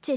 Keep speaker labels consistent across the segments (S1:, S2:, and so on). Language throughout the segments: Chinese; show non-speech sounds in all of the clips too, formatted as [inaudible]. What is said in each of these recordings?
S1: 解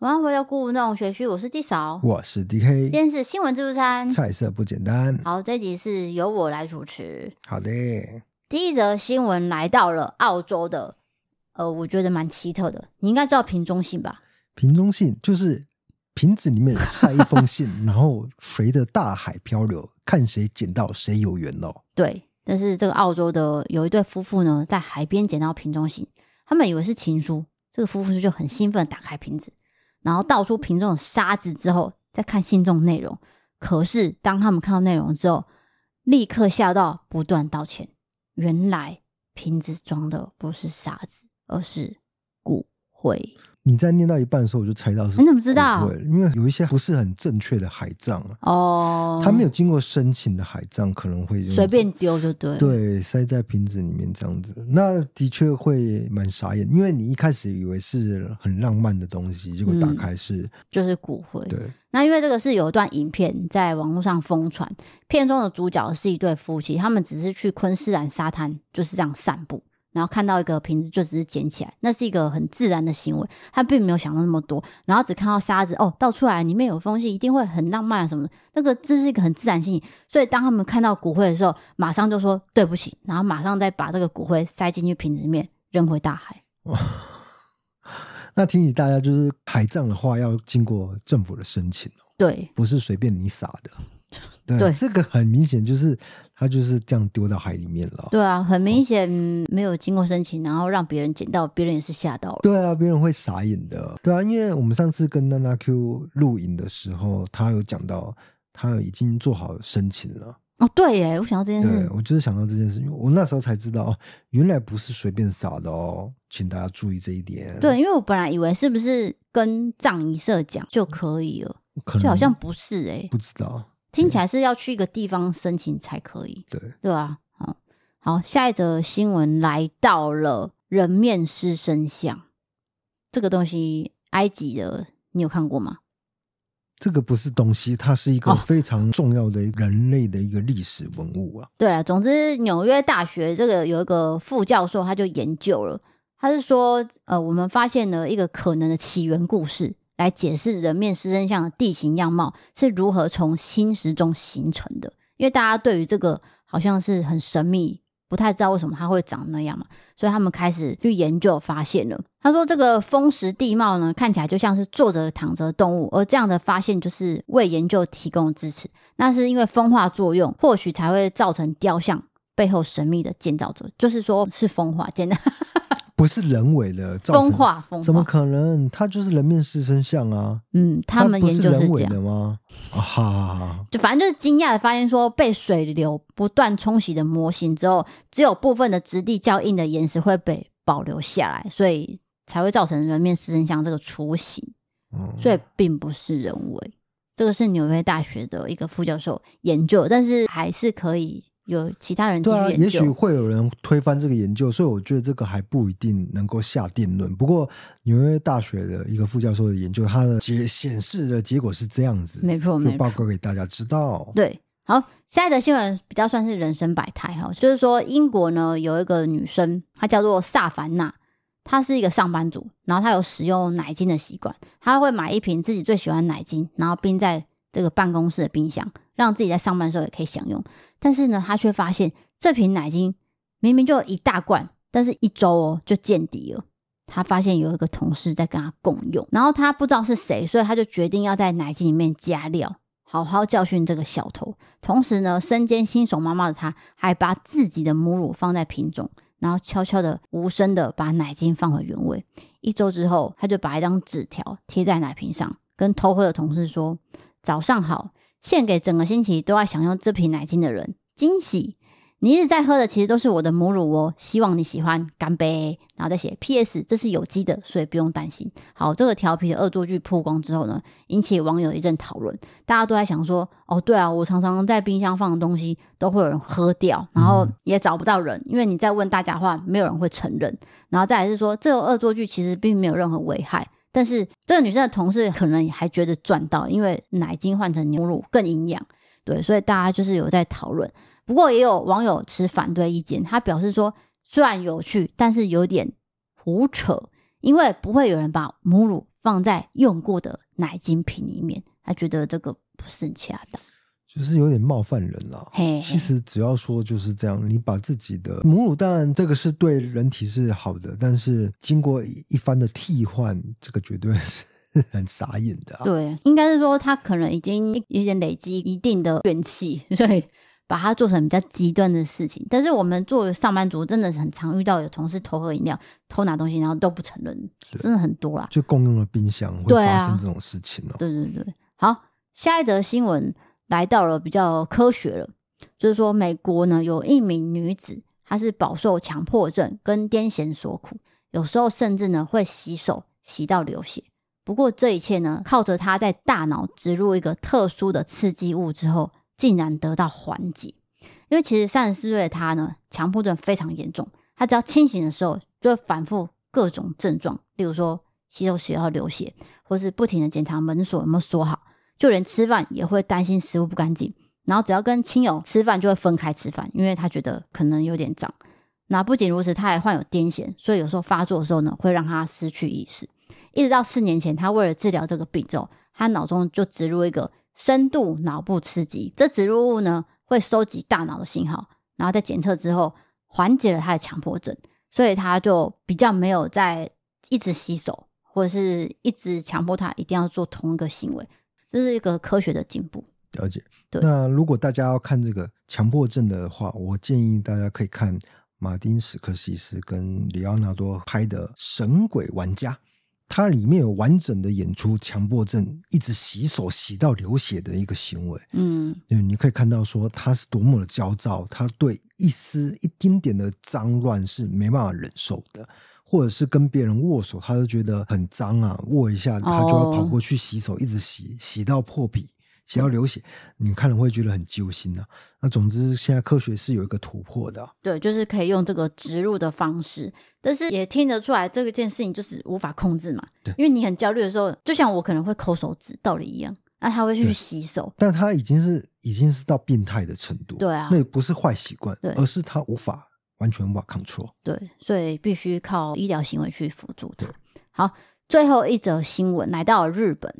S2: 晚上回到故弄玄虚，我是地嫂。
S3: 我是
S2: 今
S3: DK，
S2: 天是新闻自助餐。
S3: 菜色不简单。
S2: 好，这集是由我来主持。
S3: 好的，
S2: 第一则新闻来到了澳洲的，呃，我觉得蛮奇特的。你应该知道瓶中信吧？
S3: 瓶中信就是瓶子里面塞一封信，然后随着大海漂流，看谁捡到谁有缘喽。
S2: 对，但是这个澳洲的有一对夫妇呢，在海边捡到瓶中信，他们以为是情书，这个夫妇就很兴奋地打开瓶子，然后倒出瓶中的沙子之后，再看信中的内容。可是当他们看到内容之后，立刻吓到，不断道歉。原来瓶子装的不是沙子，而是骨灰。
S3: 你在念到一半的时候，我就猜到是
S2: 你怎么知道
S3: 不会因为有一些不是很正确的海葬啊，
S2: 哦，
S3: 他没有经过申请的海葬可能会
S2: 随便丢就对了。
S3: 对，塞在瓶子里面这样子，那的确会蛮傻眼，因为你一开始以为是很浪漫的东西，结果打
S2: 嗯
S3: 开是，
S2: 就是骨灰。
S3: 对，
S2: 那因为这个是有一段影片在网络上疯传，片中的主角是一对夫妻，他们只是去昆士兰沙滩就是这样散步，然后看到一个瓶子就只是捡起来，那是一个很自然的行为，他并没有想到那么多，然后只看到沙子哦倒出来里面有封信，一定会很浪漫啊什么的，那个这是一个很自然性，所以当他们看到骨灰的时候，马上就说对不起，然后马上再把这个骨灰塞进去瓶子里面扔回大海。
S3: [laughs] 那提醒大家，就是海葬的话要经过政府的申请哦，
S2: 对，
S3: 不是随便你撒的。对，
S2: 对
S3: 这个很明显就是它就是这样丢到海里面了。
S2: 对啊，很明显、嗯没有经过申请，然后让别人捡到，别人也是吓到了。
S3: 对啊，别人会傻眼的。对啊，因为我们上次跟娜娜 Q 录影的时候，她有讲到，她已经做好申请了。
S2: 哦，对耶，我想到这件
S3: 对
S2: 事，
S3: 我就是想到这件事情，我那时候才知道，哦，原来不是随便撒的哦，请大家注意这一点。
S2: 对，，因为我本来以为是不是跟葬仪社讲就可以了，
S3: 可能
S2: 就好像不是哎，
S3: 嗯不知道。
S2: 听起来是要去一个地方申请才可以，
S3: 对，
S2: 对吧、啊？哦，好，下一则新闻来到了人面狮身像这个东西，埃及的你有看过吗？
S3: 这个不是东西，它是一个
S2: 哦
S3: 非常重要的人类的一个历史文物啊。
S2: 对了，总之纽约大学这个有一个副教授，他就研究了，他是说，呃，我们发现了一个可能的起源故事，来解释人面狮身像的地形样貌是如何从侵蚀中形成的。因为大家对于这个好像是很神秘，不太知道为什么它会长那样嘛，所以他们开始去研究，发现了。他说，这个风蚀地貌呢，看起来就像是坐着躺着的动物，而这样的发现就是为研究提供支持。那是因为风化作用，或许才会造成雕像背后神秘的建造者，就是说是风化，简单
S3: 不是人为的造成
S2: 风化风
S3: 怎么
S2: 化。
S3: 可能？它就是人面狮身像啊，
S2: 嗯，他们
S3: 它不
S2: 研
S3: 是
S2: 究是
S3: 人
S2: 这
S3: 为
S2: 样，
S3: 的吗？啊哈哈哈！
S2: 就反正就是惊讶的发现说，被水流不断冲洗的模型之后，只有部分的质地较硬的岩石会被保留下来，所以才会造成人面狮身像这个雏形，
S3: 嗯，
S2: 所以并不是人为。这个是纽约大学的一个副教授研究，但是还是可以有其他人继
S3: 对
S2: 续
S3: 啊，
S2: 研
S3: 也许
S2: 究。
S3: 会有人推翻这个研究，所以我觉得这个还不一定能够下定论。不过，纽约大学的一个副教授的研究，他的结显示的结果是这样子，
S2: 没错没
S3: 就
S2: 错
S3: 报告给大家知道。
S2: 对，好，下一则新闻比较算是人生百态哈，就是说英国呢有一个女生，她叫做萨凡娜，她是一个上班族，然后她有使用奶精的习惯，她会买一瓶自己最喜欢的奶精，然后冰在这个办公室的冰箱，让自己在上班的时候也可以享用。但是呢，她却发现这瓶奶精明明就有一大罐，但是一周哦就见底了。她发现有一个同事在跟她共用，然后她不知道是谁，所以她就决定要在奶精里面加料，好好教训这个小偷。同时呢，身兼新手妈妈的她，还把自己的母乳放在瓶中，然后悄悄的、无声的把奶精放回原位。一周之后，她就把一张纸条贴在奶瓶上，跟偷喝的同事说：“早上好，献给整个星期都要享用这瓶奶精的人，惊喜！你一直在喝的其实都是我的母乳哦，希望你喜欢，干杯！然后再写 P.S. 这是有机的，所以不用担心。好，这个调皮的恶作剧曝光之后呢，引起网友一阵讨论，大家都在想说，哦，对啊，我常常在冰箱放的东西都会有人喝掉，然后也找不到人，因为你在问大家话，没有人会承认。然后再来是说，这个恶作剧其实并没有任何危害。但是这个女生的同事可能还觉得赚到，因为奶精换成牛乳更营养，对，所以大家就是有在讨论。不过也有网友持反对意见，他表示说，虽然有趣，但是有点胡扯，因为不会有人把母乳放在用过的奶精瓶里面，他觉得这个不是很恰当。
S3: 就是有点冒犯人啊啦。
S2: 嘿，
S3: 其实只要说就是这样，你把自己的母乳，当然这个是对人体是好的，但是经过一一番的替换，这个绝对是很傻眼的、啊。
S2: 对，应该是说他可能已经有点累积一定的怨气， [laughs] 所以把它做成比较极端的事情。但是我们作为上班族，真的很常遇到有同事偷喝饮料、偷拿东西，然后都不承认，
S3: 对
S2: 真的很多啦。
S3: 就共用了冰箱会
S2: 对啊
S3: 发生这种事情哦、
S2: 对对对，好，下一则新闻来到了比较科学了，就是说美国呢有一名女子，她是饱受强迫症跟癫痫所苦，有时候甚至呢会洗手洗到流血。不过这一切呢，靠着她在大脑植入一个特殊的刺激物之后，竟然得到缓解。因为其实三十四岁的她呢，强迫症非常严重，她只要清醒的时候就会反复各种症状，例如说洗手洗到流血，或是不停的检查门锁有没有锁好，就连吃饭也会担心食物不干净。然后只要跟亲友吃饭，就会分开吃饭，因为他觉得可能有点脏。那不仅如此，他还患有癫痫，所以有时候发作的时候呢，会让他失去意识。一直到四年前，他为了治疗这个病之后，他脑中就植入一个深度脑部刺激，这植入物呢会收集大脑的信号，然后在检测之后缓解了他的强迫症，所以他就比较没有在一直洗手或者是一直强迫他一定要做同一个行为，这是一个科学的进步。
S3: 了解。
S2: 对
S3: 那如果大家要看这个强迫症的话，我建议大家可以看马丁史科西斯跟里奥纳多拍的《神鬼玩家》，它里面有完整的演出强迫症一直洗手洗到流血的一个行为。
S2: 嗯，
S3: 嗯，你可以看到说他是多么的焦躁，他对一丝一丁点的脏乱是没办法忍受的，或者是跟别人握手，他就觉得很脏啊，握一下他就
S2: 哦
S3: 要跑过去洗手，一直洗，洗到破皮，洗到流血，你看了会觉得很揪心啊。那总之，现在科学是有一个突破的啊、
S2: 对，就是可以用这个植入的方式，但是也听得出来这个件事情就是无法控制嘛。
S3: 对
S2: 因为你很焦虑的时候，就像我可能会抠手指，道理一样，那、他会去
S3: 对
S2: 洗手。
S3: 但他已经是已经是到变态的程度，
S2: 对啊
S3: 那也不是坏习惯
S2: 对，
S3: 而是他无法完全无法 control。
S2: 对，所以必须靠医疗行为去辅助他
S3: 对。
S2: 好，最后一则新闻来到了日本，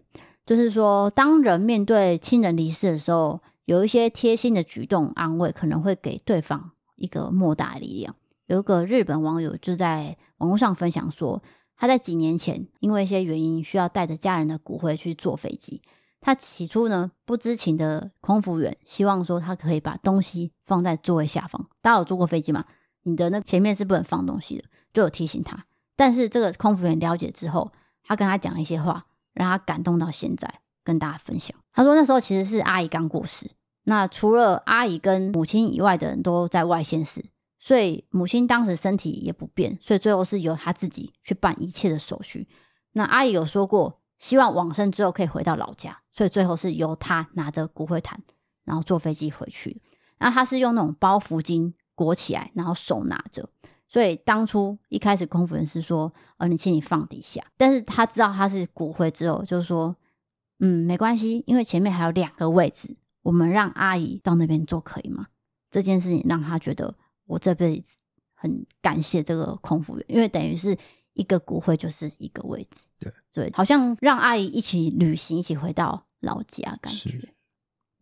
S2: 就是说，当人面对亲人离世的时候，有一些贴心的举动安慰，可能会给对方一个莫大的力量。有一个日本网友就在网络上分享说，他在几年前因为一些原因需要带着家人的骨灰去坐飞机。他起初呢不知情的空服员希望说他可以把东西放在座位下方。大家有坐过飞机吗？你的那前面是不能放东西的，就有提醒他。但是这个空服员了解之后，他跟他讲一些话，让他感动到现在，跟大家分享。他说那时候其实是阿姨刚过世，那除了阿姨跟母亲以外的人都在外县市，所以母亲当时身体也不便，所以最后是由他自己去办一切的手续。那阿姨有说过，希望往生之后可以回到老家，所以最后是由他拿着骨灰坛，然后坐飞机回去。然后他是用那种包袱巾裹起来，然后手拿着。所以当初一开始空服员是说：“呃，你请你放底下。”但是他知道他是骨灰之后，就说：“嗯，没关系，因为前面还有两个位置，我们让阿姨到那边坐可以吗？”这件事情让他觉得我这辈子很感谢这个空服员，因为等于是一个骨灰就是一个位置，
S3: 对
S2: 对，好像让阿姨一起旅行，一起回到老家，感
S3: 是
S2: 觉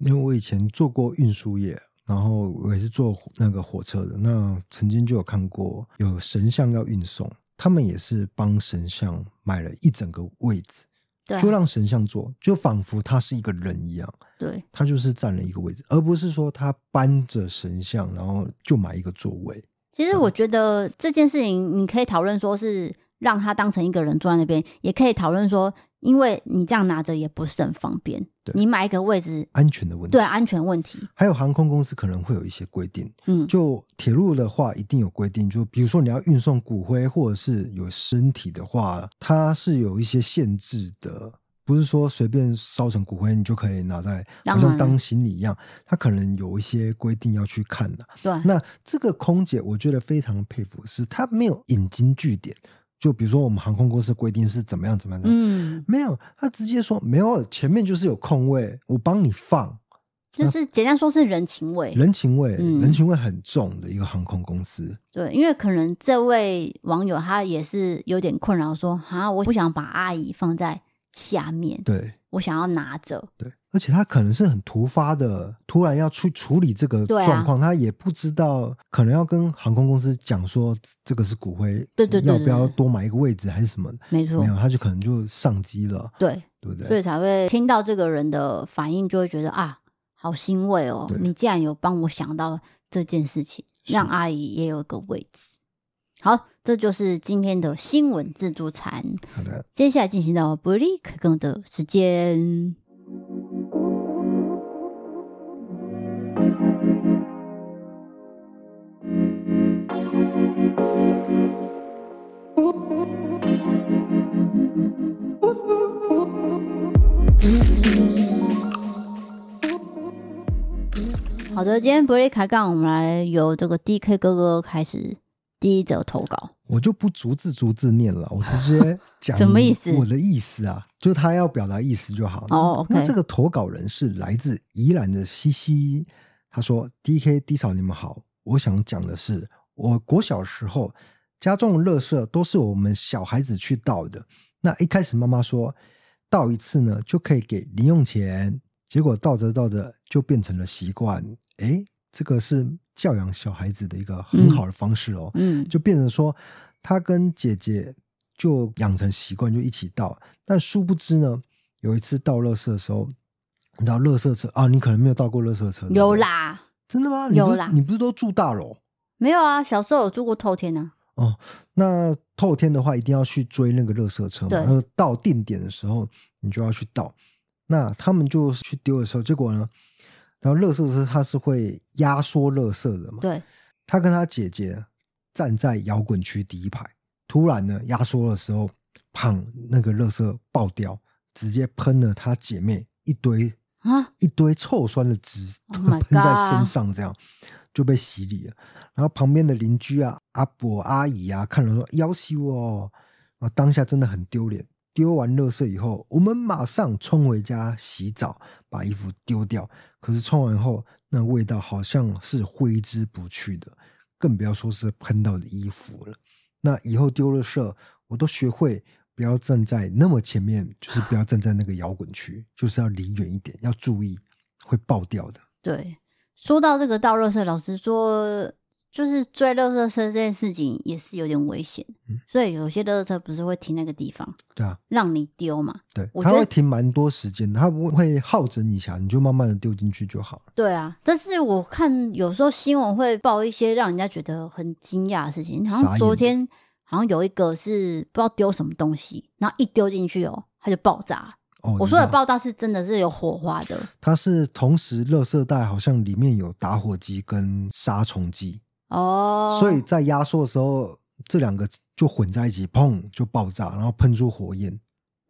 S3: 因为我以前做过运输业，然后我也是坐火那个火车的。那曾经就有看过有神像要运送，他们也是帮神像买了一整个位置，
S2: 对啊
S3: 就让神像坐，就仿佛他是一个人一样，
S2: 对
S3: 他就是占了一个位置，而不是说他搬着神像然后就买一个座位。
S2: 其实
S3: 啊
S2: 我觉得这件事情，你可以讨论说是让他当成一个人坐在那边，也可以讨论说因为你这样拿着也不是很方便
S3: 对。
S2: 你买一个位置，
S3: 安全的问题。
S2: 对啊安全问题，
S3: 还有航空公司可能会有一些规定，
S2: 嗯，
S3: 就铁路的话，一定有规定，就比如说你要运送骨灰或者是有身体的话，它是有一些限制的，不是说随便烧成骨灰你就可以拿在好
S2: 当然
S3: 像
S2: 了
S3: 当行李一样，它可能有一些规定要去看的。
S2: 对，
S3: 那这个空姐，我觉得非常佩服，是她没有引经据典，就比如说我们航空公司的规定是怎么样怎么样，怎么样
S2: 嗯，
S3: 没有，她直接说没有，前面就是有空位，我帮你放。
S2: 就是简单说是人情味，
S3: 人情味，
S2: 嗯
S3: 人情味很重的一个航空公司。
S2: 对，因为可能这位网友他也是有点困扰，说啊，我不想把阿姨放在下面，
S3: 对
S2: 我想要拿着，
S3: 对，而且他可能是很突发的，突然要去处理这个
S2: 对啊
S3: 状况，他也不知道，可能要跟航空公司讲说这个是骨灰，
S2: 对对对
S3: 要不要
S2: 对对
S3: 多买一个位置还是什么的？
S2: 没错
S3: 没，有，他就可能就上机了，
S2: 对，
S3: 对不
S2: 所
S3: 对？
S2: 以才会听到这个人的反应，就会觉得啊，好欣慰哦
S3: 对，
S2: 你竟然有帮我想到这件事情，
S3: 是
S2: 让阿姨也有个位置。好，这就是今天的新闻自助餐。
S3: 好的，
S2: 接下来进行到 break 更的时间。好的，今天 break 开杠，我们来由这个 DK 哥哥开始第一则投稿。
S3: 我就不逐字逐字念了，我直
S2: [laughs]
S3: 接讲
S2: 什么意思
S3: 我的意思啊，就他要表达意思就好。
S2: 哦，OK
S3: 那这个投稿人是来自宜兰的西西，他说：“D K D 嫂，你们好，我想讲的是，我国小时候家中的垃圾都是我们小孩子去倒的。那一开始妈妈说，倒一次呢就可以给零用钱，结果倒着倒着就变成了习惯。诶，这个是教养小孩子的一个很
S2: 嗯
S3: 好的方式哦。
S2: 嗯，
S3: 就变成说他跟姐姐就养成习惯，就一起倒。但殊不知呢，有一次倒垃圾的时候，你知道垃圾车啊，你可能没有倒过垃圾车，对不对
S2: 有，啦，
S3: 真的吗？你不
S2: 有
S3: 是
S2: 啦
S3: 你不是都住大楼？
S2: 没有啊，小时候有住过透天啊。
S3: 那透天的话，一定要去追那个垃圾车嘛。
S2: 对
S3: 然后到定点的时候，你就要去倒。那他们就去丢的时候，结果呢，然后垃圾车它是会压缩垃圾的嘛，
S2: 对，
S3: 他跟他姐姐站在摇滚区第一排，突然呢压缩的时候，砰，那个垃圾爆掉，直接喷了他姐妹一堆
S2: 啊，
S3: 一堆臭酸的汁 [laughs]
S2: Oh my
S3: 喷在身
S2: God
S3: 上，这样就被洗礼了。然后旁边的邻居啊、阿伯、阿姨啊，看了说：“要死我哦！”啊，当下真的很丢脸。丢完垃圾以后，我们马上冲回家洗澡，把衣服丢掉。可是冲完后，那味道好像是挥之不去的，更不要说是喷到的衣服了。那以后丢垃圾，我都学会不要站在那么前面，就是不要站在那个摇滚区，就是要离远一点，要注意会爆掉的。
S2: 对，说到这个倒垃圾，老实说，就是追垃圾车这件事情也是有点危险，
S3: 嗯
S2: 所以有些垃圾车不是会停那个地方
S3: 对啊，
S2: 让你丢嘛？
S3: 对，
S2: 我
S3: 它
S2: 觉得
S3: 会停蛮多时间的，它不会耗着你一下，你就慢慢的丢进去就好了。
S2: 对啊，但是我看有时候新闻会报一些让人家觉得很惊讶的事情，好
S3: 傻眼
S2: 像昨天好像有一个是不知道丢什么东西，然后一丢进去哦，它就爆炸。
S3: 哦，
S2: 我
S3: 知
S2: 说的
S3: 道，
S2: 爆炸是真的是有火花的，
S3: [laughs] 它是同时，垃圾袋好像里面有打火机跟杀虫剂，
S2: 哦，
S3: 所以在压缩的时候，这两个就混在一起，砰就爆炸，然后喷出火焰，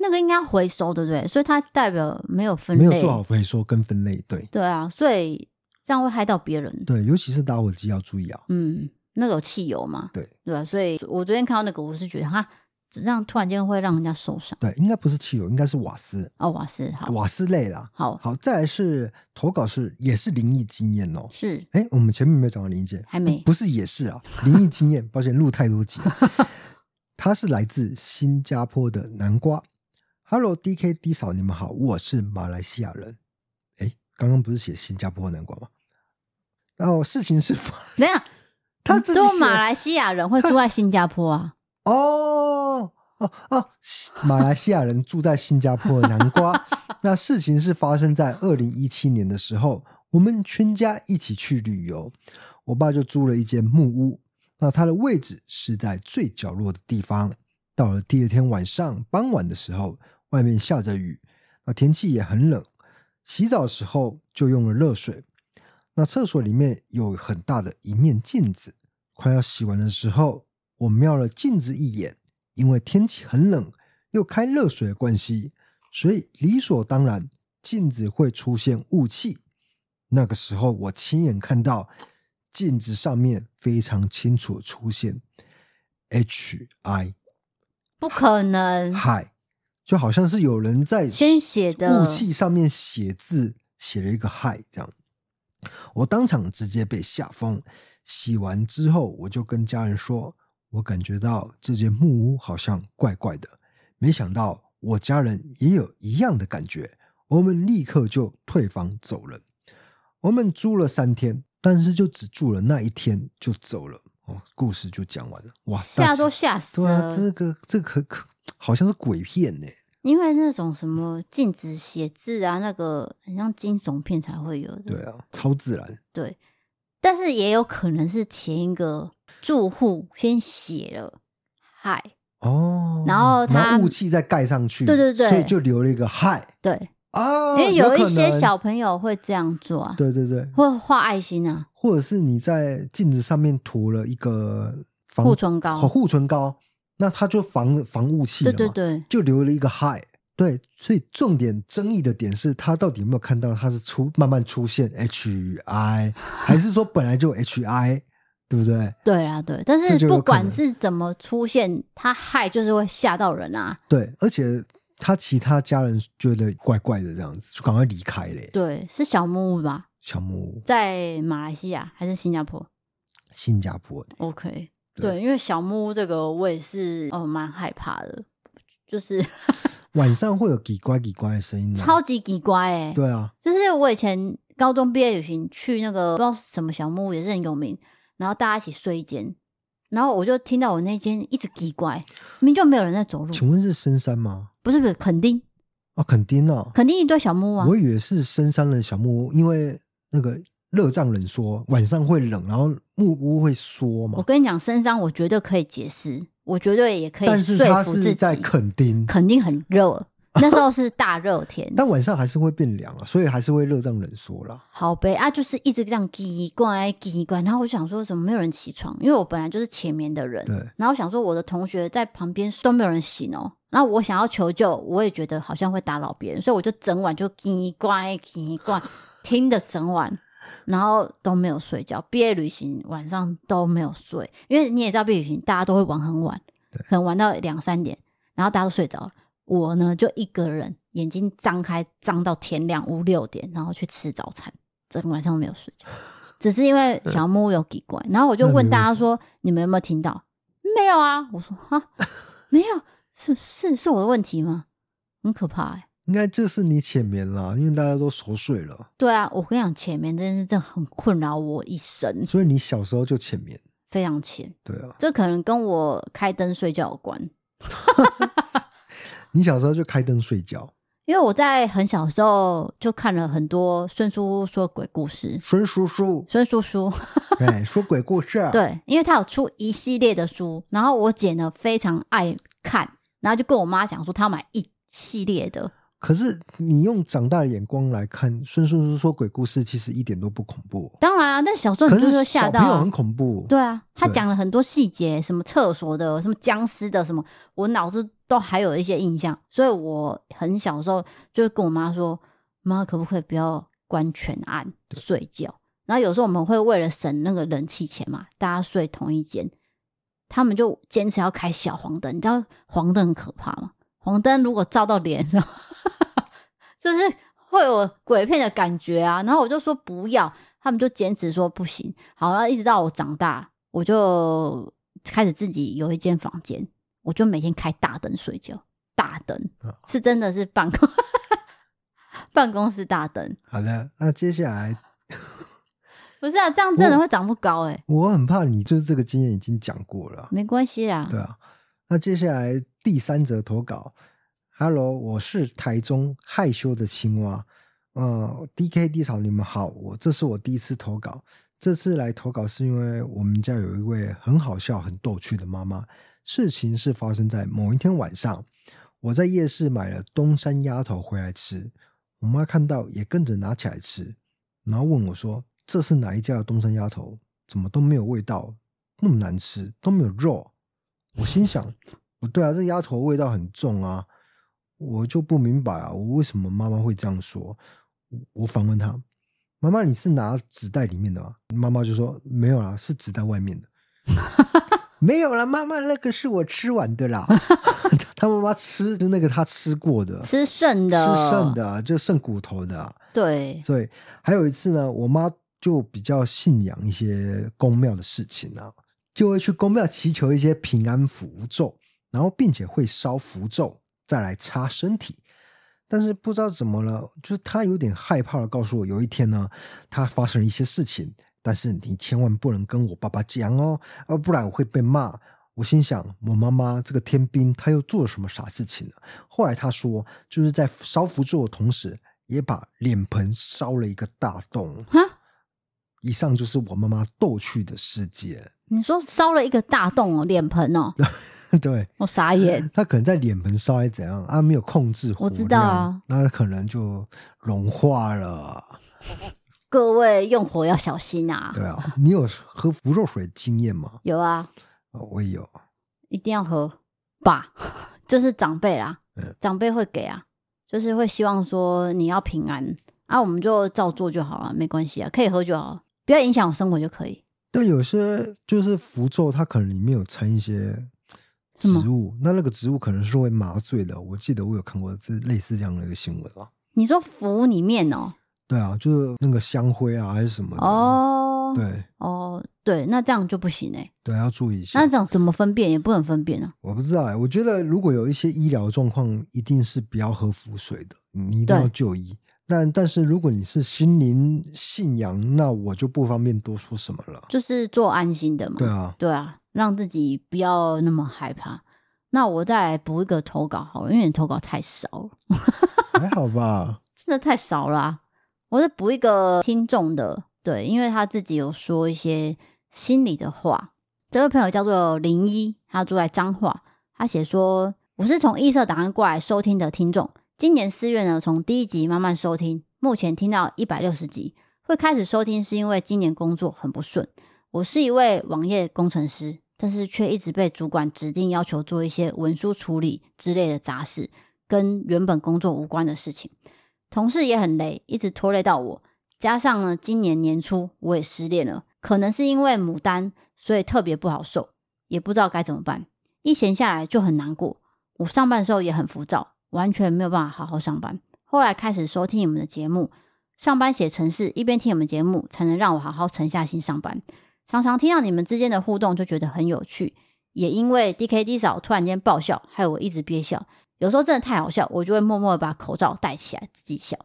S2: 那个应该回收，对不对？所以它代表没有分
S3: 没
S2: 类，
S3: 有做好回收跟分类。对
S2: 对啊，所以这样会害到别人。
S3: 对，尤其是打火机要注意啊。
S2: 嗯，那个有汽油嘛，
S3: 对
S2: 对啊，所以我昨天看到那个，我是觉得哈，这样突然间会让人家受伤。
S3: 对，应该不是汽油，应该是瓦斯，
S2: 哦，哇是好，
S3: 瓦斯类啦。
S2: 好
S3: 好，再来是投稿是也是灵异经验哦。
S2: 是
S3: 哎，我们前面有没有讲到灵异经验？
S2: 还没
S3: 不是也是啊，灵异经验，抱歉录太多
S2: [laughs]
S3: 集了。他是来自新加坡的南瓜。Hello D K D 嫂，你们好，我是马来西亚人。哎，刚刚不是写新加坡南瓜吗？然后事情是发
S2: 怎样？
S3: 他自己
S2: 只有
S3: 写
S2: 马来西亚人会住在新加坡啊？
S3: 哦哦哦，马来西亚人住在新加坡的南瓜。那事情是发生在二零一七年的时候，我们全家一起去旅游，我爸就租了一间木屋，那它的位置是在最角落的地方。到了第二天晚上傍晚的时候，外面下着雨，那天气也很冷，洗澡时候就用了热水。那厕所里面有很大的一面镜子，快要洗完的时候，我瞄了镜子一眼，因为天气很冷，又开热水的关系，所以理所当然镜子会出现雾气。那个时候，我亲眼看到镜子上面非常清楚地出现 “H I
S2: 不可
S3: [laughs]
S2: 能，
S3: 嗨”，就好像是有人在
S2: 先写的
S3: 雾气上面写字，写了一个“嗨”这样。我当场直接被吓疯。洗完之后，我就跟家人说，我感觉到这间木屋好像怪怪的。没想到我家人也有一样的感觉，我们立刻就退房走人。我们租了三天，但是就只住了那一天就走了。哦，故事就讲完了。哇，大
S2: 吓
S3: 家
S2: 都吓死
S3: 对啊，
S2: 了。
S3: 这个这个可可好像是鬼片呢、
S2: 因为那种什么禁止写字啊，那个很像惊悚片才会有的。
S3: 对啊，超自然。
S2: 对，但是也有可能是前一个住户先写了嗨，
S3: 哦，
S2: 然后它
S3: 雾气再盖上去，
S2: 对对对
S3: 所以就留了一个嗨
S2: 对，
S3: 啊，
S2: 因为
S3: 有
S2: 一
S3: 可
S2: 些
S3: 能
S2: 小，朋友会这样做啊，
S3: 对对对，
S2: 会画爱心啊，
S3: 或者是你在镜子上面涂了一个防
S2: 护唇
S3: 哦
S2: 膏，
S3: 护唇膏，那它就防防雾气了
S2: 对
S3: 嘛，
S2: 对对，
S3: 就留了一个嗨。对，所以重点争议的点是他到底有没有看到他是出慢慢出现 H
S2: [laughs]
S3: I，还是说本来就 H I，对不对？
S2: 对啦对，但
S3: 这
S2: 是
S3: 就有
S2: 不
S3: 可
S2: 管
S3: 能
S2: 是怎么出现，它嗨就是会吓到人啊，
S3: 对，而且他其他家人觉得怪怪的这样子，就赶快离开嘞。
S2: 对，是小木屋吧，
S3: 小木屋，
S2: 在马来西亚还是新加坡
S3: 新加坡的，
S2: ？OK，
S3: 对
S2: 对，因为小木屋这个我也是哦蛮害怕的，就是
S3: 晚上会有叽呱叽呱的声音、啊，
S2: 超级奇怪哎、
S3: 对啊，
S2: 就是我以前高中毕业旅行去那个不知道什么小木屋，也是很有名，然后大家一起睡一间，然后我就听到我那间一直奇怪，明明就没有人在走路，
S3: 请问是深山吗？
S2: 不是不是垦丁，
S3: 啊，肯定啊，
S2: 垦丁一堆小木屋啊
S3: 我，以为是深山的小木屋，因为那个热胀冷缩，晚上会冷，然后木屋会缩
S2: 我
S3: 嘛。
S2: 跟你讲，深山我绝对可以解释，我绝对也可
S3: 但
S2: 以
S3: 是
S2: 说
S3: 它
S2: 服自
S3: 是
S2: 己，
S3: 在垦丁，，
S2: 垦丁很热，那时候是大热天
S3: [laughs] 但晚上还是会变凉啊，所以还是会热胀冷缩啦。
S2: 好呗啊，就是一直这样奇怪奇怪，然后我就想说怎么没有人起床，因为我本来就是前面的人，
S3: 对，
S2: 然后想说我的同学在旁边都没有人醒哦，然后我想要求救，我也觉得好像会打扰别人，所以我就整晚就叽呱叽呱听的整晚，然后都没有睡觉。毕业旅行晚上都没有睡，因为你也知道毕业旅行大家都会玩很晚，
S3: 对
S2: 可能玩到两三点，然后大家都睡着了。我呢就一个人眼睛张开张到天亮五六点，然后去吃早餐，整个晚上都没有睡觉。只是因为小木屋有鬼怪，然后我就
S3: 那你
S2: 问
S3: 有
S2: 大家说：“你们有没有听到？”没有啊，我说啊，没有，是是是我的问题吗？很可怕哎、
S3: 应该就是你浅眠啦，因为大家都熟睡了，
S2: 对啊，我跟你讲，前面这件事真的很困扰我一生，
S3: 所以你小时候就浅眠。
S2: 非常浅。
S3: 对啊，
S2: 这可能跟我开灯睡觉有关，
S3: 你小时候就开灯睡觉。
S2: 因为我在很小的时候就看了很多孙叔叔说的鬼故事，，
S3: 孙叔叔
S2: 孙叔
S3: [laughs]
S2: 叔
S3: 哎，说鬼故事。，
S2: 对，因为他有出一系列的书，然后我姐呢非常爱看，然后就跟我妈讲说她要买一系列的，
S3: 可是你用长大的眼光来看，孙叔叔说鬼故事其实一点都不恐怖，
S2: 当然啊，但小时候
S3: 可
S2: 你就是是会吓
S3: 小
S2: 到、
S3: 朋友
S2: 啊
S3: 很。恐怖。
S2: 对啊，他
S3: 对
S2: 讲了很多细节，什么厕所的，什么僵尸的，什么，我脑子都还有一些印象，所以我很小的时候就会跟我妈说：“妈，可不可以不要关全暗睡觉？”然后有时候我们会为了省那个冷气钱嘛，大家睡同一间，他们就坚持要开小黄灯。你知道黄灯很可怕吗？黄灯如果照到脸上， [laughs] 就是会有鬼片的感觉啊。然后我就说不要，他们就坚持说不行。好，然后一直到我长大，我就开始自己有一间房间，我就每天开大灯睡觉，大灯
S3: 啊
S2: 是真的是办公 [laughs] 办公室大灯，
S3: 好的，那接下来
S2: 不是啊，这样真
S3: 哦
S2: 的会长不高哎、
S3: 我很怕你就是这个经验已经讲过了，
S2: 没关系啦，
S3: 对啊。那接下来第三则投稿，Hello，我是台中害羞的青蛙。呃，DK D 草，你们好，我这是我第一次投稿。这次来投稿是因为我们家有一位很好笑、很逗趣的妈妈。事情是发生在某一天晚上，我在夜市买了东山鸭头回来吃，我妈看到也跟着拿起来吃，然后问我说：“这是哪一家的东山鸭头？怎么都没有味道，那么难吃，都没有肉。”我心想：“不对啊，这鸭头味道很重啊！”我就不明白啊，我为什么妈妈会这样说？我我反问她：“妈妈，你是拿纸袋里面的吗？”妈妈就说：“没有啦，是纸袋
S2: [laughs]
S3: 外面的。”没有啦，妈妈那个是我吃完
S2: [laughs]
S3: 的啦。他妈妈吃的那个他吃过的，
S2: 吃剩的，
S3: 吃剩，的啊，就剩骨头的啊、
S2: 对，
S3: 所以还有一次呢，我妈就比较信仰一些宫庙的事情啊，就会去宫庙祈求一些平安符咒，然后并且会烧符咒再来擦身体。但是不知道怎么了，就是她有点害怕的告诉我，有一天呢，她发生了一些事情，但是你千万不能跟我爸爸讲哦，要不然我会被骂。我心想，我妈妈这个天兵，她又做了什么傻事情呢？后来她说，就是在烧符咒的同时，也把脸盆烧了一个大洞。
S2: 哈，
S3: 以上就是我妈妈逗趣的世界。 [laughs]
S2: 你说烧了一个大洞哦，脸盆哦，
S3: 对，
S2: 我傻
S3: [laughs]
S2: 眼，
S3: 她可能在脸盆烧还是怎样啊？没有控制火
S2: 我知道啊
S3: 量那可能就融化了。
S2: 各位用火要小心啊！
S3: 对
S2: [laughs]
S3: 啊，你有喝符咒水的经验吗？
S2: 有啊，
S3: 啊我也有。
S2: 一定要喝吧，就是长辈啦
S3: 嗯，
S2: 长辈会给啊，就是会希望说你要平安啊，我们就照做就好了，没关系啊，可以喝就好了，不要影响我生活就可以。
S3: 但有些就是符咒，它可能里面有掺一些
S2: 什么
S3: 植物，那那个植物可能是会麻醉的。我记得我有看过这类似这样的一个新闻啊。
S2: 你说服里面哦，
S3: 对啊，就是那个香灰啊还是什么的。，
S2: 哦，
S3: 对
S2: 哦，对，那这样就不行哎、
S3: 对，要注意一下
S2: 那。这样怎么分辨也不能分辨啊。
S3: 我不知道哎、我觉得如果有一些医疗状况，一定是不要喝符水的，你一定要
S2: 对
S3: 就医。但但是如果你是心灵信仰，那我就不方便多说什么了。
S2: 就是做安心的嘛。
S3: 对啊，
S2: 对啊，让自己不要那么害怕。那我再来补一个投稿好了，因为你投稿太少了，
S3: 还好吧？
S2: 真的太少了啊、我再补一个听众的，对，因为他自己有说一些心里的话。这位朋友叫做林一，他住在彰化，他写说：“我是从异色档案过来收听的听众，今年四月呢，从第一集慢慢收听，目前听到一百六十集。会开始收听是因为今年工作很不顺，我是一位网页工程师，但是却一直被主管指定要求做一些文书处理之类的杂事，跟原本工作无关的事情。同事也很累，一直拖累到我。加上呢，今年年初我也失恋了，可能是因为牡丹，所以特别不好受，也不知道该怎么办。一闲下来就很难过。我上班的时候也很浮躁，完全没有办法好好上班。后来开始收听你们的节目，上班写程式，一边听你们节目，才能让我好好沉下心上班。常常听到你们之间的互动，就觉得很有趣。也因为 DKD 嫂突然间爆笑，害我一直憋笑。有时候真的太好笑，我就会默默地把口罩戴起来自己笑。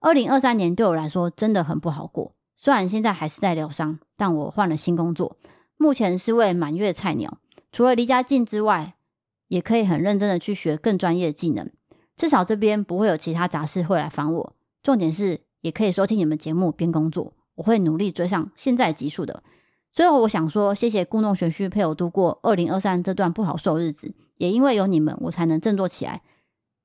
S2: 二零二三年对我来说真的很不好过，虽然现在还是在疗伤，但我换了新工作，目前是位满月菜鸟。除了离家近之外，也可以很认真的去学更专业的技能，至少这边不会有其他杂事会来烦我。重点是，也可以收听你们节目边工作，我会努力追上现在集数的。最后，我想说，谢谢故弄玄虚陪我度过二零二三这段不好受日子，也因为有你们，我才能振作起来。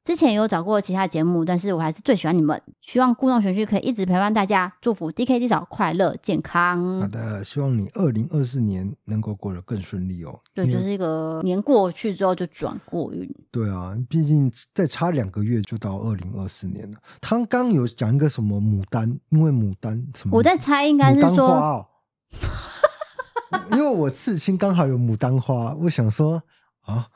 S2: 之前有找过其他节目，但是我还是最喜欢你们。希望故弄玄虚可以一直陪伴大家，祝福 DKD 嫂快乐健
S3: 好
S2: 康。
S3: 的，呃希望你二零二四年能够过得更顺利哦。
S2: 对，
S3: 因
S2: 就
S3: 为
S2: 是一个年过去之后就转过运，
S3: 对啊，毕竟再差两个月就到二零二四年了。他刚刚有讲一个什么牡丹，因为牡丹什么意思？
S2: 我在猜应该是
S3: 牡丹花
S2: 说，
S3: 哦、 [laughs] 因为我刺青刚好有牡丹花，我想说啊，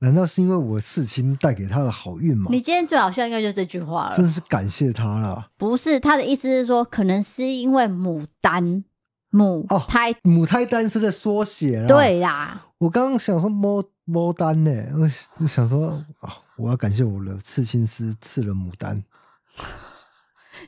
S3: 难道是因为我刺青带给他的好运吗？
S2: 你今天最好笑应该就是这句话
S3: 真
S2: 了。
S3: 是感谢他了。
S2: 不是他的意思是说，可能是因为牡丹母
S3: 哦
S2: 胎、
S3: 母胎单是的缩写啦。，啊
S2: 对啦，
S3: 我刚刚想说摸摸丹呢、我我想说啊，我要感谢我的刺青师刺了牡丹。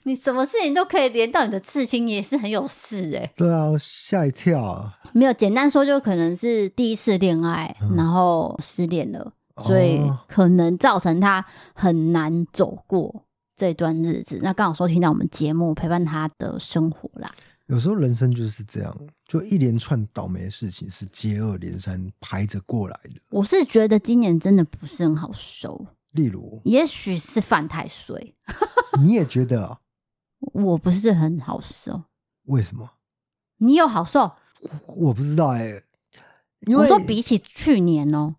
S2: 你什么事情都可以连到你的刺青，你也是很有事欸诶、
S3: 对啊，吓一跳啊！
S2: 没有简单说，就可能是第一次恋爱，
S3: 嗯
S2: 然后失恋了，所以可能造成他很难走过这段日子。那刚好说听到我们节目，陪伴他的生活啦。
S3: 有时候人生就是这样，就一连串倒霉的事情是接二连三排着过来的。
S2: 我是觉得今年真的不是很好收，
S3: 例如，
S2: 也许是犯太岁，
S3: 你也觉得啊
S2: 我不是很好受。
S3: 为什么？
S2: 你有好受？
S3: 我不知道哎、因
S2: 我
S3: 为
S2: 说比起去年哦、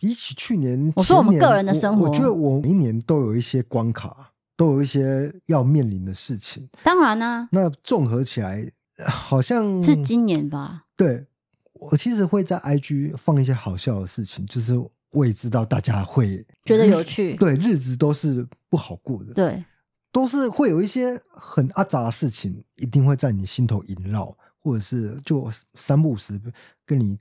S3: 比起去年，
S2: 我说我们
S3: 前年
S2: 个人的生活
S3: 我，我觉得我每一年都有一些关卡，都有一些要面临的事情。
S2: 当然呢、
S3: 那综合起来，好像
S2: 是今年吧？
S3: 对我其实会在 IG 放一些好笑的事情，就是我也知道大家会
S2: [laughs] 觉得有趣
S3: 对日子都是不好过的，
S2: 对，
S3: 都是会有一些很阿杂的事情，一定会在你心头萦绕，或者是就三不五时跟你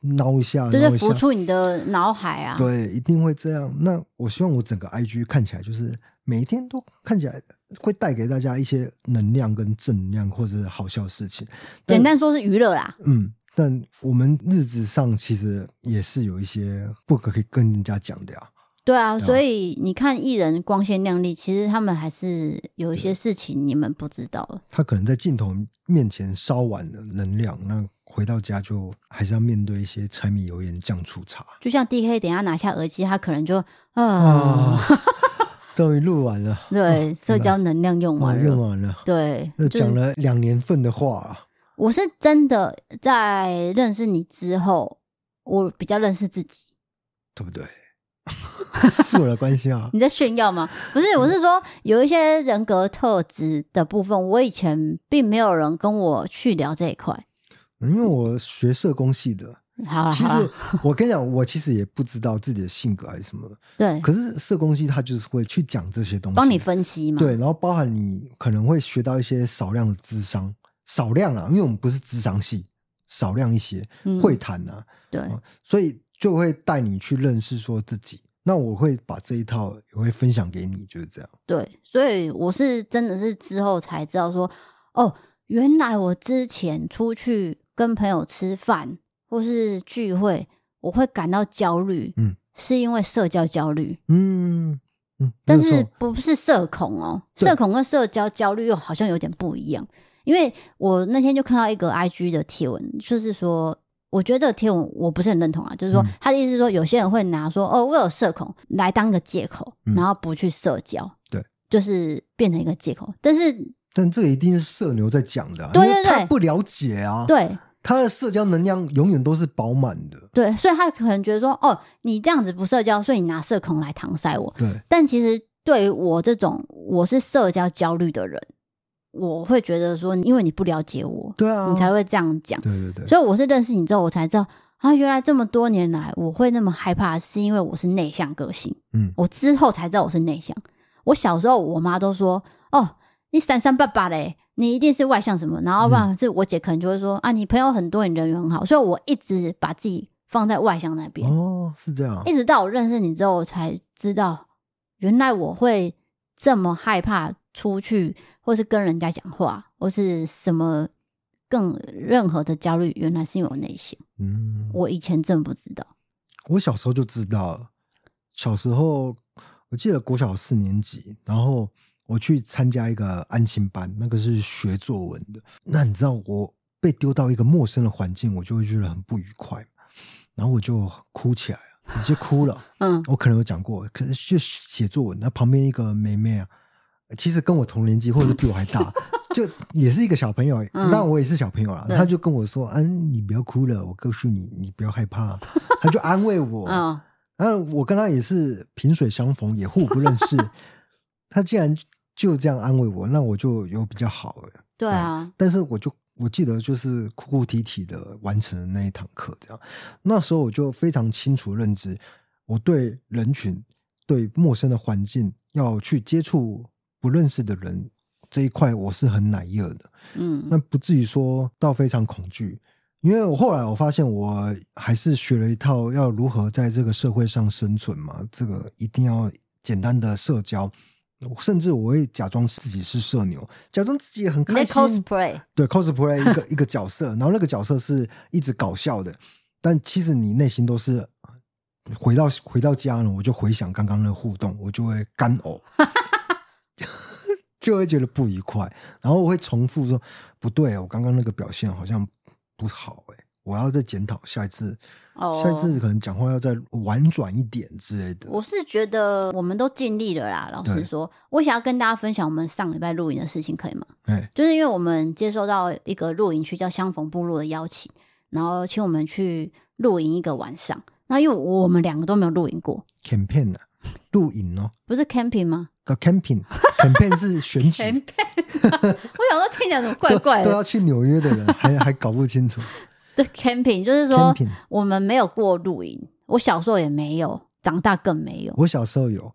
S3: 挠一下，
S2: 就
S3: 挠
S2: 是
S3: 一
S2: 浮
S3: 下。
S2: 出你的脑海啊。
S3: 对，一定会这样。那我希望我整个 IG 看起来就是每一天都看起来会带给大家一些能量跟正能量，或者是好笑的事情。但
S2: 简单说是娱乐啦。
S3: 嗯，但我们日子上其实也是有一些不可以跟人家讲的呀、
S2: 对啊，
S3: 对啊
S2: 所以你看艺人光鲜亮丽，其实他们还是有一些
S3: 对
S2: 事情你们不知道的。
S3: 他可能在镜头面前烧完了能量，那回到家就还是要面对一些柴米油盐酱醋茶
S2: 就像 D K 等一下拿下耳机，他可能就啊，
S3: 啊。 [laughs] 终于录完了，
S2: 对，社交能量用
S3: 我
S2: 完
S3: 用
S2: 了。
S3: 完了，
S2: 对，
S3: 那
S2: 就是
S3: 讲了两年份的话、啊。
S2: 我是真的在认识你之后，我比较认识自己。
S3: 对
S2: [laughs]
S3: 不对？是我的关系啊
S2: 你，在炫耀吗？不是，我
S3: 嗯
S2: 是说有一些人格特质的部分，我以前并没有人跟我去聊这一块。
S3: 因为我学社工系的，
S2: 啊好啦
S3: 其
S2: 好啦
S3: 实我跟你讲，我其实也不知道自己的性格还是什么，
S2: 对，
S3: 可是社工系它就是会去讲这些东西，
S2: 嗯帮你分析嘛。
S3: 对，然后包含你可能会学到一些少量的智商，少量啊，因为我们不是智商系，少量一些
S2: 嗯
S3: 会谈啊，
S2: 对，
S3: 啊所以就会带你去认识说自己。那我会把这一套也会分享给你，就是这样。
S2: 对，所以我是真的是之后才知道说，哦，原来我之前出去跟朋友吃饭或是聚会，我会感到焦虑，
S3: 嗯，
S2: 是因为社交焦虑，
S3: 嗯嗯，
S2: 但
S3: 没有
S2: 是
S3: 错
S2: 不是社恐哦，
S3: 对
S2: 社恐跟社交焦虑又好像有点不一样。因为我那天就看到一个 IG 的贴文，就是说，我觉得这个贴文我不是很认同啊，就是说
S3: 嗯
S2: 他的意思是说，有些人会拿说哦，我有社恐来当一个借口，
S3: 嗯
S2: 然后不去社交，
S3: 对，
S2: 就是变成一个借口。但是
S3: 但这一定是社牛在讲的、啊，
S2: 对
S3: 因为
S2: 对
S3: 他
S2: 对
S3: 不了解啊，
S2: 对
S3: 他的社交能量永远都是饱满的，
S2: 对，所以他可能觉得说，哦，你这样子不社交，所以你拿社恐来搪塞我。
S3: 对，
S2: 但其实对于我这种我是社交焦虑的人，我会觉得说，因为你不了解我，
S3: 对啊，
S2: 你才会这样讲。
S3: 对对对，
S2: 所以我是认识你之后，我才知道啊，原来这么多年来我会那么害怕，是因为我是内向个性。
S3: 嗯
S2: 我之后才知道我是内向。我小时候，我妈都说：“哦，你闪闪爸爸嘞，你一定是外向什么。”然
S3: 嗯
S2: 后不然是我姐可能就会说：“啊，你朋友很多，你人缘很好。”所以我一直把自己放在外向那边，
S3: 哦，是这样
S2: 一，直到我认识你之后，我才知道原来我会这么害怕出去，或是跟人家讲话，或是什么更任何的焦虑，原来是因为我内向。
S3: 嗯，
S2: 我以前真的不知道。
S3: 我小时候就知道了，小时候我记得国小四年级，然后我去参加一个安亲班，那个是学作文的。那你知道我被丢到一个陌生的环境，我就会觉得很不愉快，然后我就哭起来了，直接哭了。
S2: 嗯，
S3: 我可能有讲过，可是就写作文，那旁边一个妹妹啊，其实跟我同年纪，或者是比我还
S2: [laughs]
S3: 大，就也是一个小朋友，
S2: 嗯
S3: 当然我也是小朋友啦。
S2: 对
S3: 她就跟我说：“嗯，你不要哭了，我告诉你，你不要
S2: [laughs]
S3: 害怕。”她就安慰我。嗯，
S2: 嗯，
S3: 我跟她也是萍水相逢，也互不认
S2: [laughs]
S3: 识。她竟然就这样安慰我，那我就有比较好了。
S2: 对啊，
S3: 但是我就我记得就是哭哭啼啼的完成了那一堂课，这样。那时候我就非常清楚认知，我对人群、对陌生的环境要去接触不认识的人这一块，我是很奶热的。
S2: 嗯
S3: 那不至于说到非常恐惧，因为我后来我发现我还是学了一套要如何在这个社会上生存嘛，这个一定要简单的社交。甚至我会假装自己是社牛，假装自己也很
S2: 你
S3: 开
S2: 在
S3: 心。
S2: cosplay，
S3: 对
S2: [laughs]
S3: cosplay 一个一个角色，然后那个角色是一直搞笑的，但其实你内心都是呃回到回到家呢，我就回想刚刚的互动，我就会干
S2: [laughs]
S3: 呕，就会觉得不愉快，然后我会重复说不对，我刚刚那个表现好像不好哎、我要再检讨下一次，
S2: 哦，
S3: 下一次可能讲话要再婉转一点之类的。
S2: 我是觉得我们都尽力了啦。老实
S3: 对
S2: 说，我想要跟大家分享我们上礼拜露营的事情，可以吗？
S3: 哎，
S2: 就是因为我们接收到一个露营区叫相逢部落的邀请，然后请我们去露营一个晚上。那因为我们两个都没有露营过，
S3: campaign 啊，露营哦，
S2: 不是 camping 吗
S3: 个 camping，campaign 是选
S2: [laughs]
S3: 举，
S2: ？camping，我想说听起来怎么怪怪
S3: 都都
S2: 的
S3: 要？去纽
S2: [laughs]
S3: 约的人还还搞不清楚
S2: 对，camping 就是说
S3: camping。
S2: 我们没有过露营，我小时候也没有，长大更没有。
S3: 我小时候有，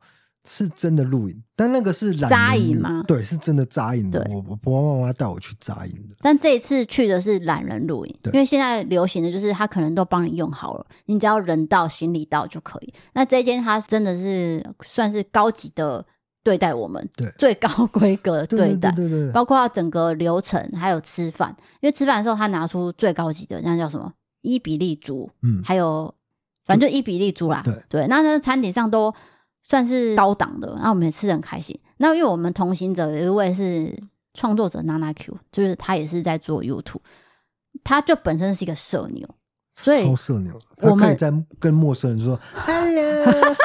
S3: 是真的露营，但那个是懒人
S2: 扎营
S3: 旅
S2: 吗
S3: 对，是真的扎营的。
S2: 对
S3: 我我婆婆妈妈带我去扎营的，
S2: 但这一次去的是懒人露营，因
S3: 对
S2: 为现在流行的就是他可能都帮你用好了，你只要人到行李到就可以。那这一间他真的是算是高级的对待我们，
S3: 对
S2: 最高规格的
S3: 对
S2: 待
S3: 对，对对对，
S2: 包括整个流程还有吃饭，因为吃饭的时候他拿出最高级的那叫什么伊比利猪，
S3: 嗯，
S2: 还有反正就伊比利猪啦，
S3: 对
S2: 那那餐点上都算是高档的，那我们也吃的很开心。那因为我们同行者有一位是创作者娜娜 Q，就是他也是在做 YouTube，他就本身是一个社牛，所以
S3: 超社牛，
S2: 我
S3: 我
S2: 们
S3: 可以在跟陌生人说 “hello”，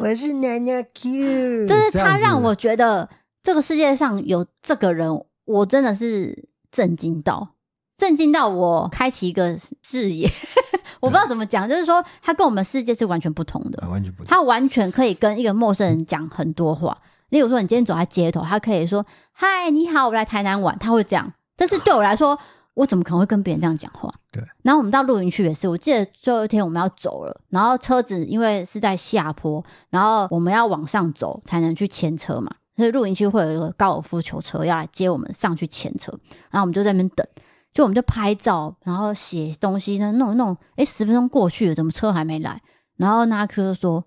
S3: 我是奶奶 Q，
S2: 就是
S3: 这样
S2: 他
S3: 子
S2: 让我觉得这个世界上有这个人，我真的是震惊到，震惊到我开启一个视野， [laughs] 我不
S3: 嗯
S2: 知道怎么讲，就是说他跟我们世界是完全不同的
S3: 啊。完全不同，
S2: 他完全可以跟一个陌生人讲很多话。例如说，你今天走在街头，他可以说：“嗨，你好，我来台南玩。”他会这样。但是对我来说，我怎么可能会跟别人这样讲话？
S3: 对。
S2: 然后我们到露营区也是，我记得最后一天我们要走了，然后车子因为是在下坡，然后我们要往上走才能去牵车嘛，所以露营区会有一个高尔夫球车要来接我们上去牵车，然后我们就在那边等。就我们就拍照，然后写东西，那弄一弄，哎，十分钟过去了，怎么车还没来？然后那 Q 就说：“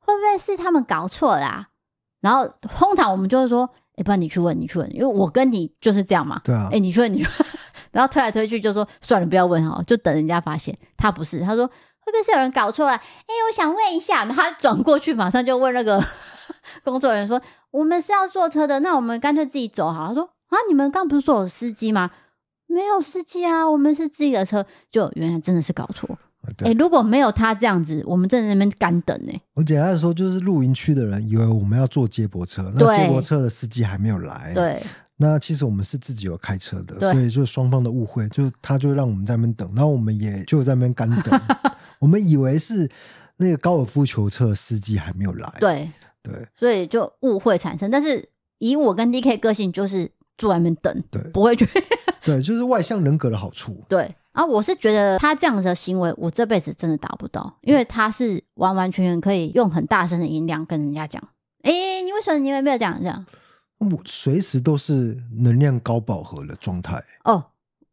S2: 会不会是他们搞错啦、然后通常我们就会说：“哎、不然你去问，你去问，因为我跟你就是这样嘛。
S3: 对啊
S2: 哎、，你去问，你去问。 [laughs] 然后推来推去就说：“算了，不要问好，就等人家发现他不是。”他说：“会不会是有人搞错了、哎、我想问一下。”然后他转过去，马上就问那个 [laughs] 工作人员说：“我们是要坐车的，那我们干脆自己走好。”他说：“啊，你们刚不是说有司机吗？”没有司机啊，我们是自己的车。就原来真的是搞错。哎、
S3: 对，啊
S2: 如果没有他这样子，我们正在那边干等呢、
S3: 我简单的说，就是露营区的人以为我们要坐接驳车，那
S2: 对
S3: 接驳车的司机还没有来，。
S2: 对，
S3: 那其实我们是自己有开车的，
S2: 对
S3: 所以就双方的误会，就他就让我们在那边等，然后我们也就在那边
S2: [laughs]
S3: 干等，我们以为是那个高尔夫球车司机还没有来，
S2: 对，
S3: 对
S2: 所以就误会产生。但是以我跟 D K 个性，就是坐外面等，
S3: 对
S2: 不会去。，
S3: 对，就是外向人格的好处
S2: 对啊，我是觉得他这样子的行为，我这辈子真的达不到，因为他是完完全全可以用很大声的音量跟人家讲。哎、你为什么你们没有讲这样？
S3: 我随时都是能量高饱和的状态，
S2: 哦，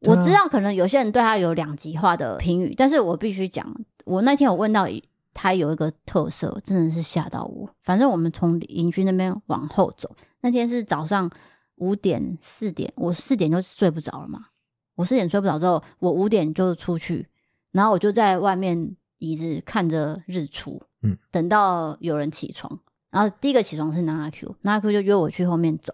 S3: 对
S2: 我
S3: 啊
S2: 知道，可能有些人对他有两极化的评语，但是我必须讲，我那天有问到他有一个特色，真的是吓到我。反正我们从营区那边往后走，那天是早上五点四点，我四点就睡不着了嘛。我四点睡不着之后，我五点就出去，然后我就在外面椅子看着日出，
S3: 嗯，
S2: 等到有人起床，然后第一个起床是娜娜 Q，娜娜 Q 就约我去后面走。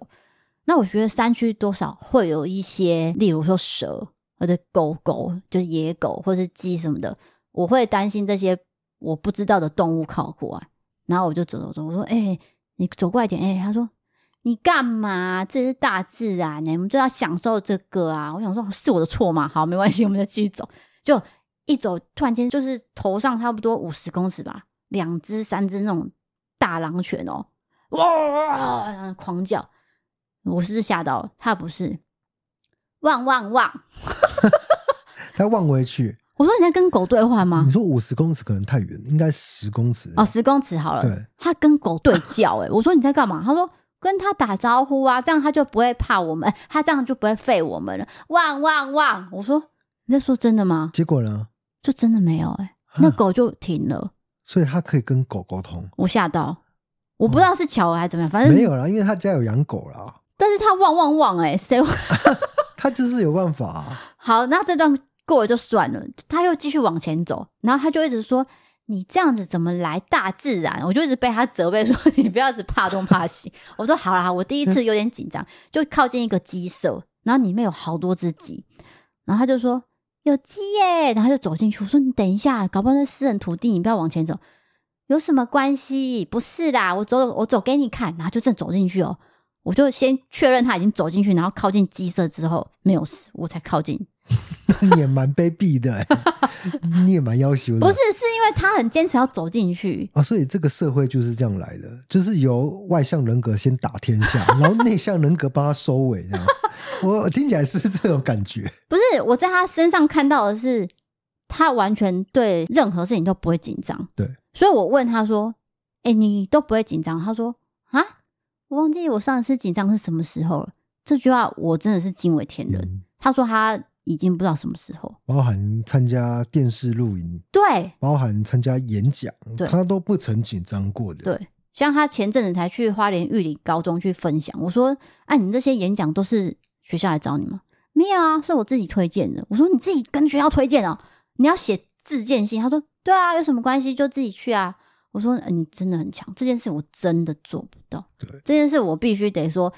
S2: 那我觉得山区多少会有一些，例如说蛇或者狗狗，就是野狗或是鸡什么的，我会担心这些我不知道的动物靠过来。然后我就走走走，我说：“哎、你走过来一点。哎，他说：“你干嘛？这是大自然欸呢、我们就要享受这个啊！”我想说，是我的错吗？好，没关系，我们再继续走。就一走，突然间就是头上差不多五十公尺吧，两只、三只那种大狼犬哦，哇，然后狂叫。我是吓到了，他不是，汪汪汪！
S3: 他望回去，
S2: 我说你在跟狗对话吗
S3: 你？说五十公尺可能太远，应该十公尺
S2: 啊哦，十公尺好了。
S3: 对，
S2: [laughs] 他跟狗对叫、欸，我说你在干嘛？他说跟他打招呼啊，这样他就不会怕我们，哎他这样就不会废我们了。汪汪汪！我说你在说真的吗？
S3: 结果呢，
S2: 就真的没有哎、那
S3: 啊
S2: 狗就停了，
S3: 所以他可以跟狗沟通，
S2: 我吓到，我不知道是巧合还是怎么样，反正
S3: 没有啦，因为他家有养狗啦，
S2: 但是他汪汪汪哎、欸，谁会？
S3: 他就是有办
S2: [laughs]
S3: 法、啊，
S2: 好，那这段过了就算了。他又继续往前走，然后他就一直说：“你这样子怎么来大自然？”我就一直被他责备说：“ [laughs] 你不要只怕东怕西。”我说：“好啦，我第一次有点紧张，就靠近一个鸡舍，然后里面有好多只鸡，然后他就说：‘有鸡耶！”然后就走进去，我说：“你等一下，搞不好那私人土地，你不要往前走，有什么关系？不是啦，我走，我走给你看。”然后就正走进去哦，我就先确认他已经走进去，然后靠近鸡舍之后没有死，我才靠近。
S3: 你也蛮卑鄙的、欸，你也蛮要求的。
S2: 不是，是因为他很坚持要走进去，
S3: 啊，所以这个社会就是这样来的，就是由外向人格先打天下，然后内向人格帮他收尾，这样。我听起来是这种感觉，
S2: 不是我在他身上看到的是，他完全对任何事情都不会紧张。
S3: 对，
S2: 所以我问他说：“哎、你都不会紧张？”他说：“啊，我忘记我上一次紧张是什么时候了。”这句话我真的是惊为天人。
S3: 嗯，
S2: 他说他已经不知道什么时候，
S3: 包含参加电视录影，
S2: 对
S3: 包含参加演讲
S2: 对，
S3: 他都不曾紧张过的。
S2: 对，像他前阵子才去花莲玉里高中去分享，我说：“哎、你这些演讲都是学校来找你吗？”没有啊，是我自己推荐的。我说：“你自己跟学校推荐哦，你要写自荐信。”他说：“对啊，有什么关系就自己去啊。”我说：“嗯、你真的很强，这件事我真的做不到。
S3: 对
S2: 这件事我必须得说，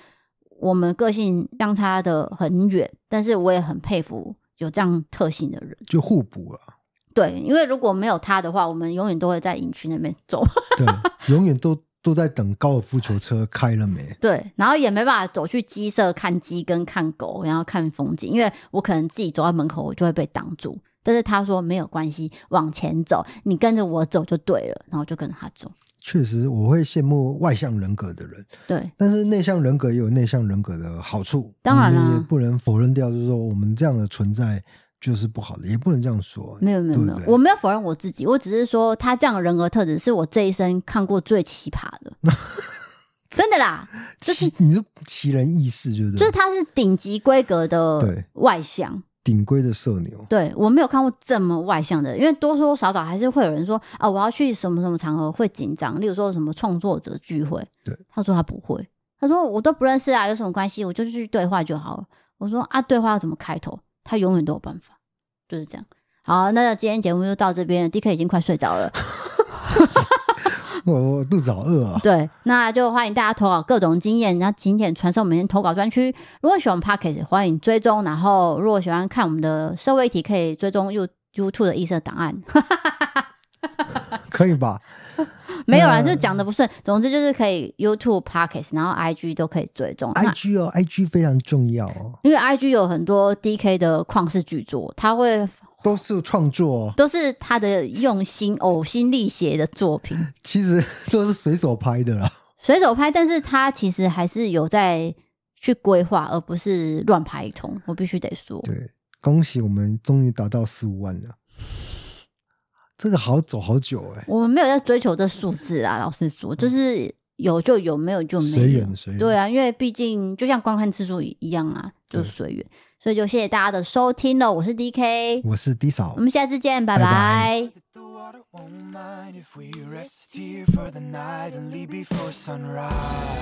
S2: 我们个性让他的很远，但是我也很佩服有这样特性的人。
S3: 就互补了、啊
S2: 对，因为如果没有他的话，我们永远都会在营区那边走。 [laughs]
S3: 对，永远都都在等高尔夫球车开了没。
S2: 对，然后也没办法走去鸡舍看鸡跟看狗，然后看风景，因为我可能自己走到门口，我就会被挡住。但是他说没有关系，往前走，你跟着我走就对了，然后我就跟着他走。
S3: 确实，我会羡慕外向人格的人，
S2: 对
S3: 但是内向人格也有内向人格的好处，
S2: 当然啦
S3: 我们也不能否认掉，就是说我们这样的存在就是不好的，也不能这样说。
S2: 没有没有没有，
S3: 对不对
S2: 我没有否认我自己，我只是说他这样的人格特质是我这一生看过最奇葩
S3: [laughs]
S2: 的，真的啦，就是
S3: 奇你是奇人异事，就是
S2: 就是他是顶级规格的
S3: 对
S2: 外向。
S3: 顶规的社
S2: [laughs]
S3: 牛，
S2: 对我没有看过这么外向的，因为多多少少还是会有人说啊，我要去什么什么场合会紧张，例如说什么创作者聚会。
S3: 对，
S2: 他说他不会，他说我都不认识啊，有什么关系？我就去对话就好了。我说啊，对话要怎么开头？他永远都有办法，就是这样。好，那今天节目就到这边了，DK 已经快睡着了。 [laughs]
S3: 我我肚子好饿啊！
S2: 对，那就欢迎大家投稿各种经验，然后请点传送门投稿专区。如果喜欢 Pocket，欢迎追踪。然后如果喜欢看我们的社会议题，可以追踪 You YouTube 的异色档案。
S3: 可以吧？
S2: 没有啦，
S3: 那
S2: 就讲的不顺。总之就是可以 YouTube、Pocket，然后 IG 都可以追踪。 [laughs] 那
S3: IG 哦，IG 非常重要哦，
S2: 因为 IG 有很多 DK 的旷世巨作，他会
S3: 都是创作、哦，
S2: 都是他的用心、呕心沥血的作品，
S3: 其实都是随手拍的啦。
S2: [laughs] 随手拍，但是他其实还是有在去规划，而不是乱拍一通。我必须得说，
S3: 对，恭喜我们终于达到四五万了，这个好走好久哎、
S2: 我们没有在追求这数字啦。老实说，就是有就有，没有就没有，
S3: 嗯随缘随缘
S2: 对啊，因为毕竟就像观看次数一样啊，就
S3: 对
S2: 随缘。所以就谢谢大家的收听了，我是 DK，
S3: 我是 D 嫂
S2: 我，们下次见，拜
S3: 拜
S2: 拜
S3: 拜。
S4: That the water won't mind if we rest here for the night and leave before sunrise.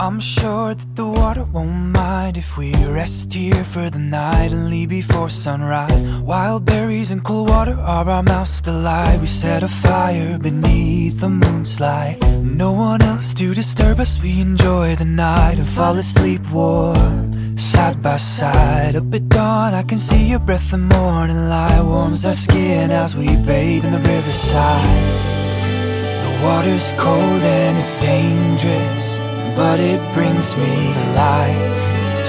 S4: I'm sure that the water won't mind if we rest here for the night and leave before sunrise. Wild berries and cool water are our mouths delight. We set a fire beneath the moon's light. No one else to disturb us. We enjoy the night and fall asleep warm, side by side. Up at dawn, I can see your breath. The morning light warms our skin as we bathe in the riverside. The water's cold and it's dangerous, but it brings me to life.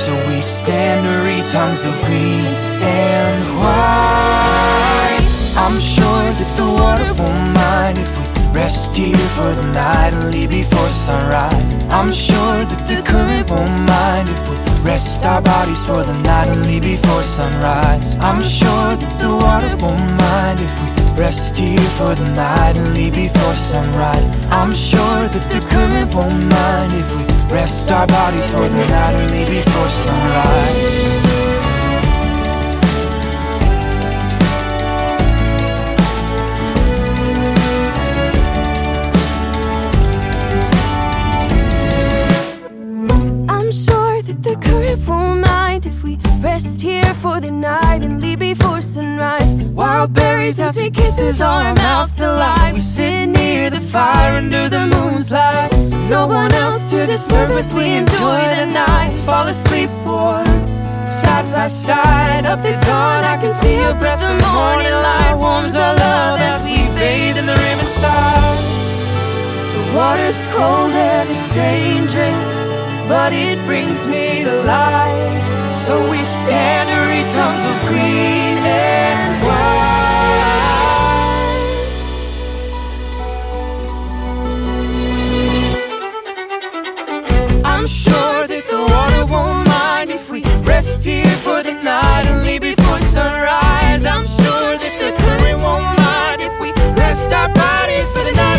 S4: So we stand to read tongues of green and white. I'm sure that the water won't mind if we rest here for the night and leave before sunrise. I'm sure that the current won't mind if we rest our bodies for the night and leave before sunrise. I'm sure that the water won't mind if we Rest here for the night and leave before sunrise. I'm sure that the current won't mind if we rest our bodies for the night and leave before sunrise.
S5: I'm sure that the current won't mind if if we rest here for the night and leave before sunrise.
S4: Wild berries and sweet kisses on our mouths to lie. We sit near the fire under the moon's light. No one else to disturb us. We enjoy the night. Fall asleep warm, side by side. Up at dawn, I can see your breath. The morning light warms our love as we bathe in the riverside. The water's cold and it's dangerous, but it brings me to life. So we stand to read tons of green and white. I'm sure that the water won't mind if we rest here for the night and leave before sunrise. I'm sure that the current won't mind if we rest our bodies for the night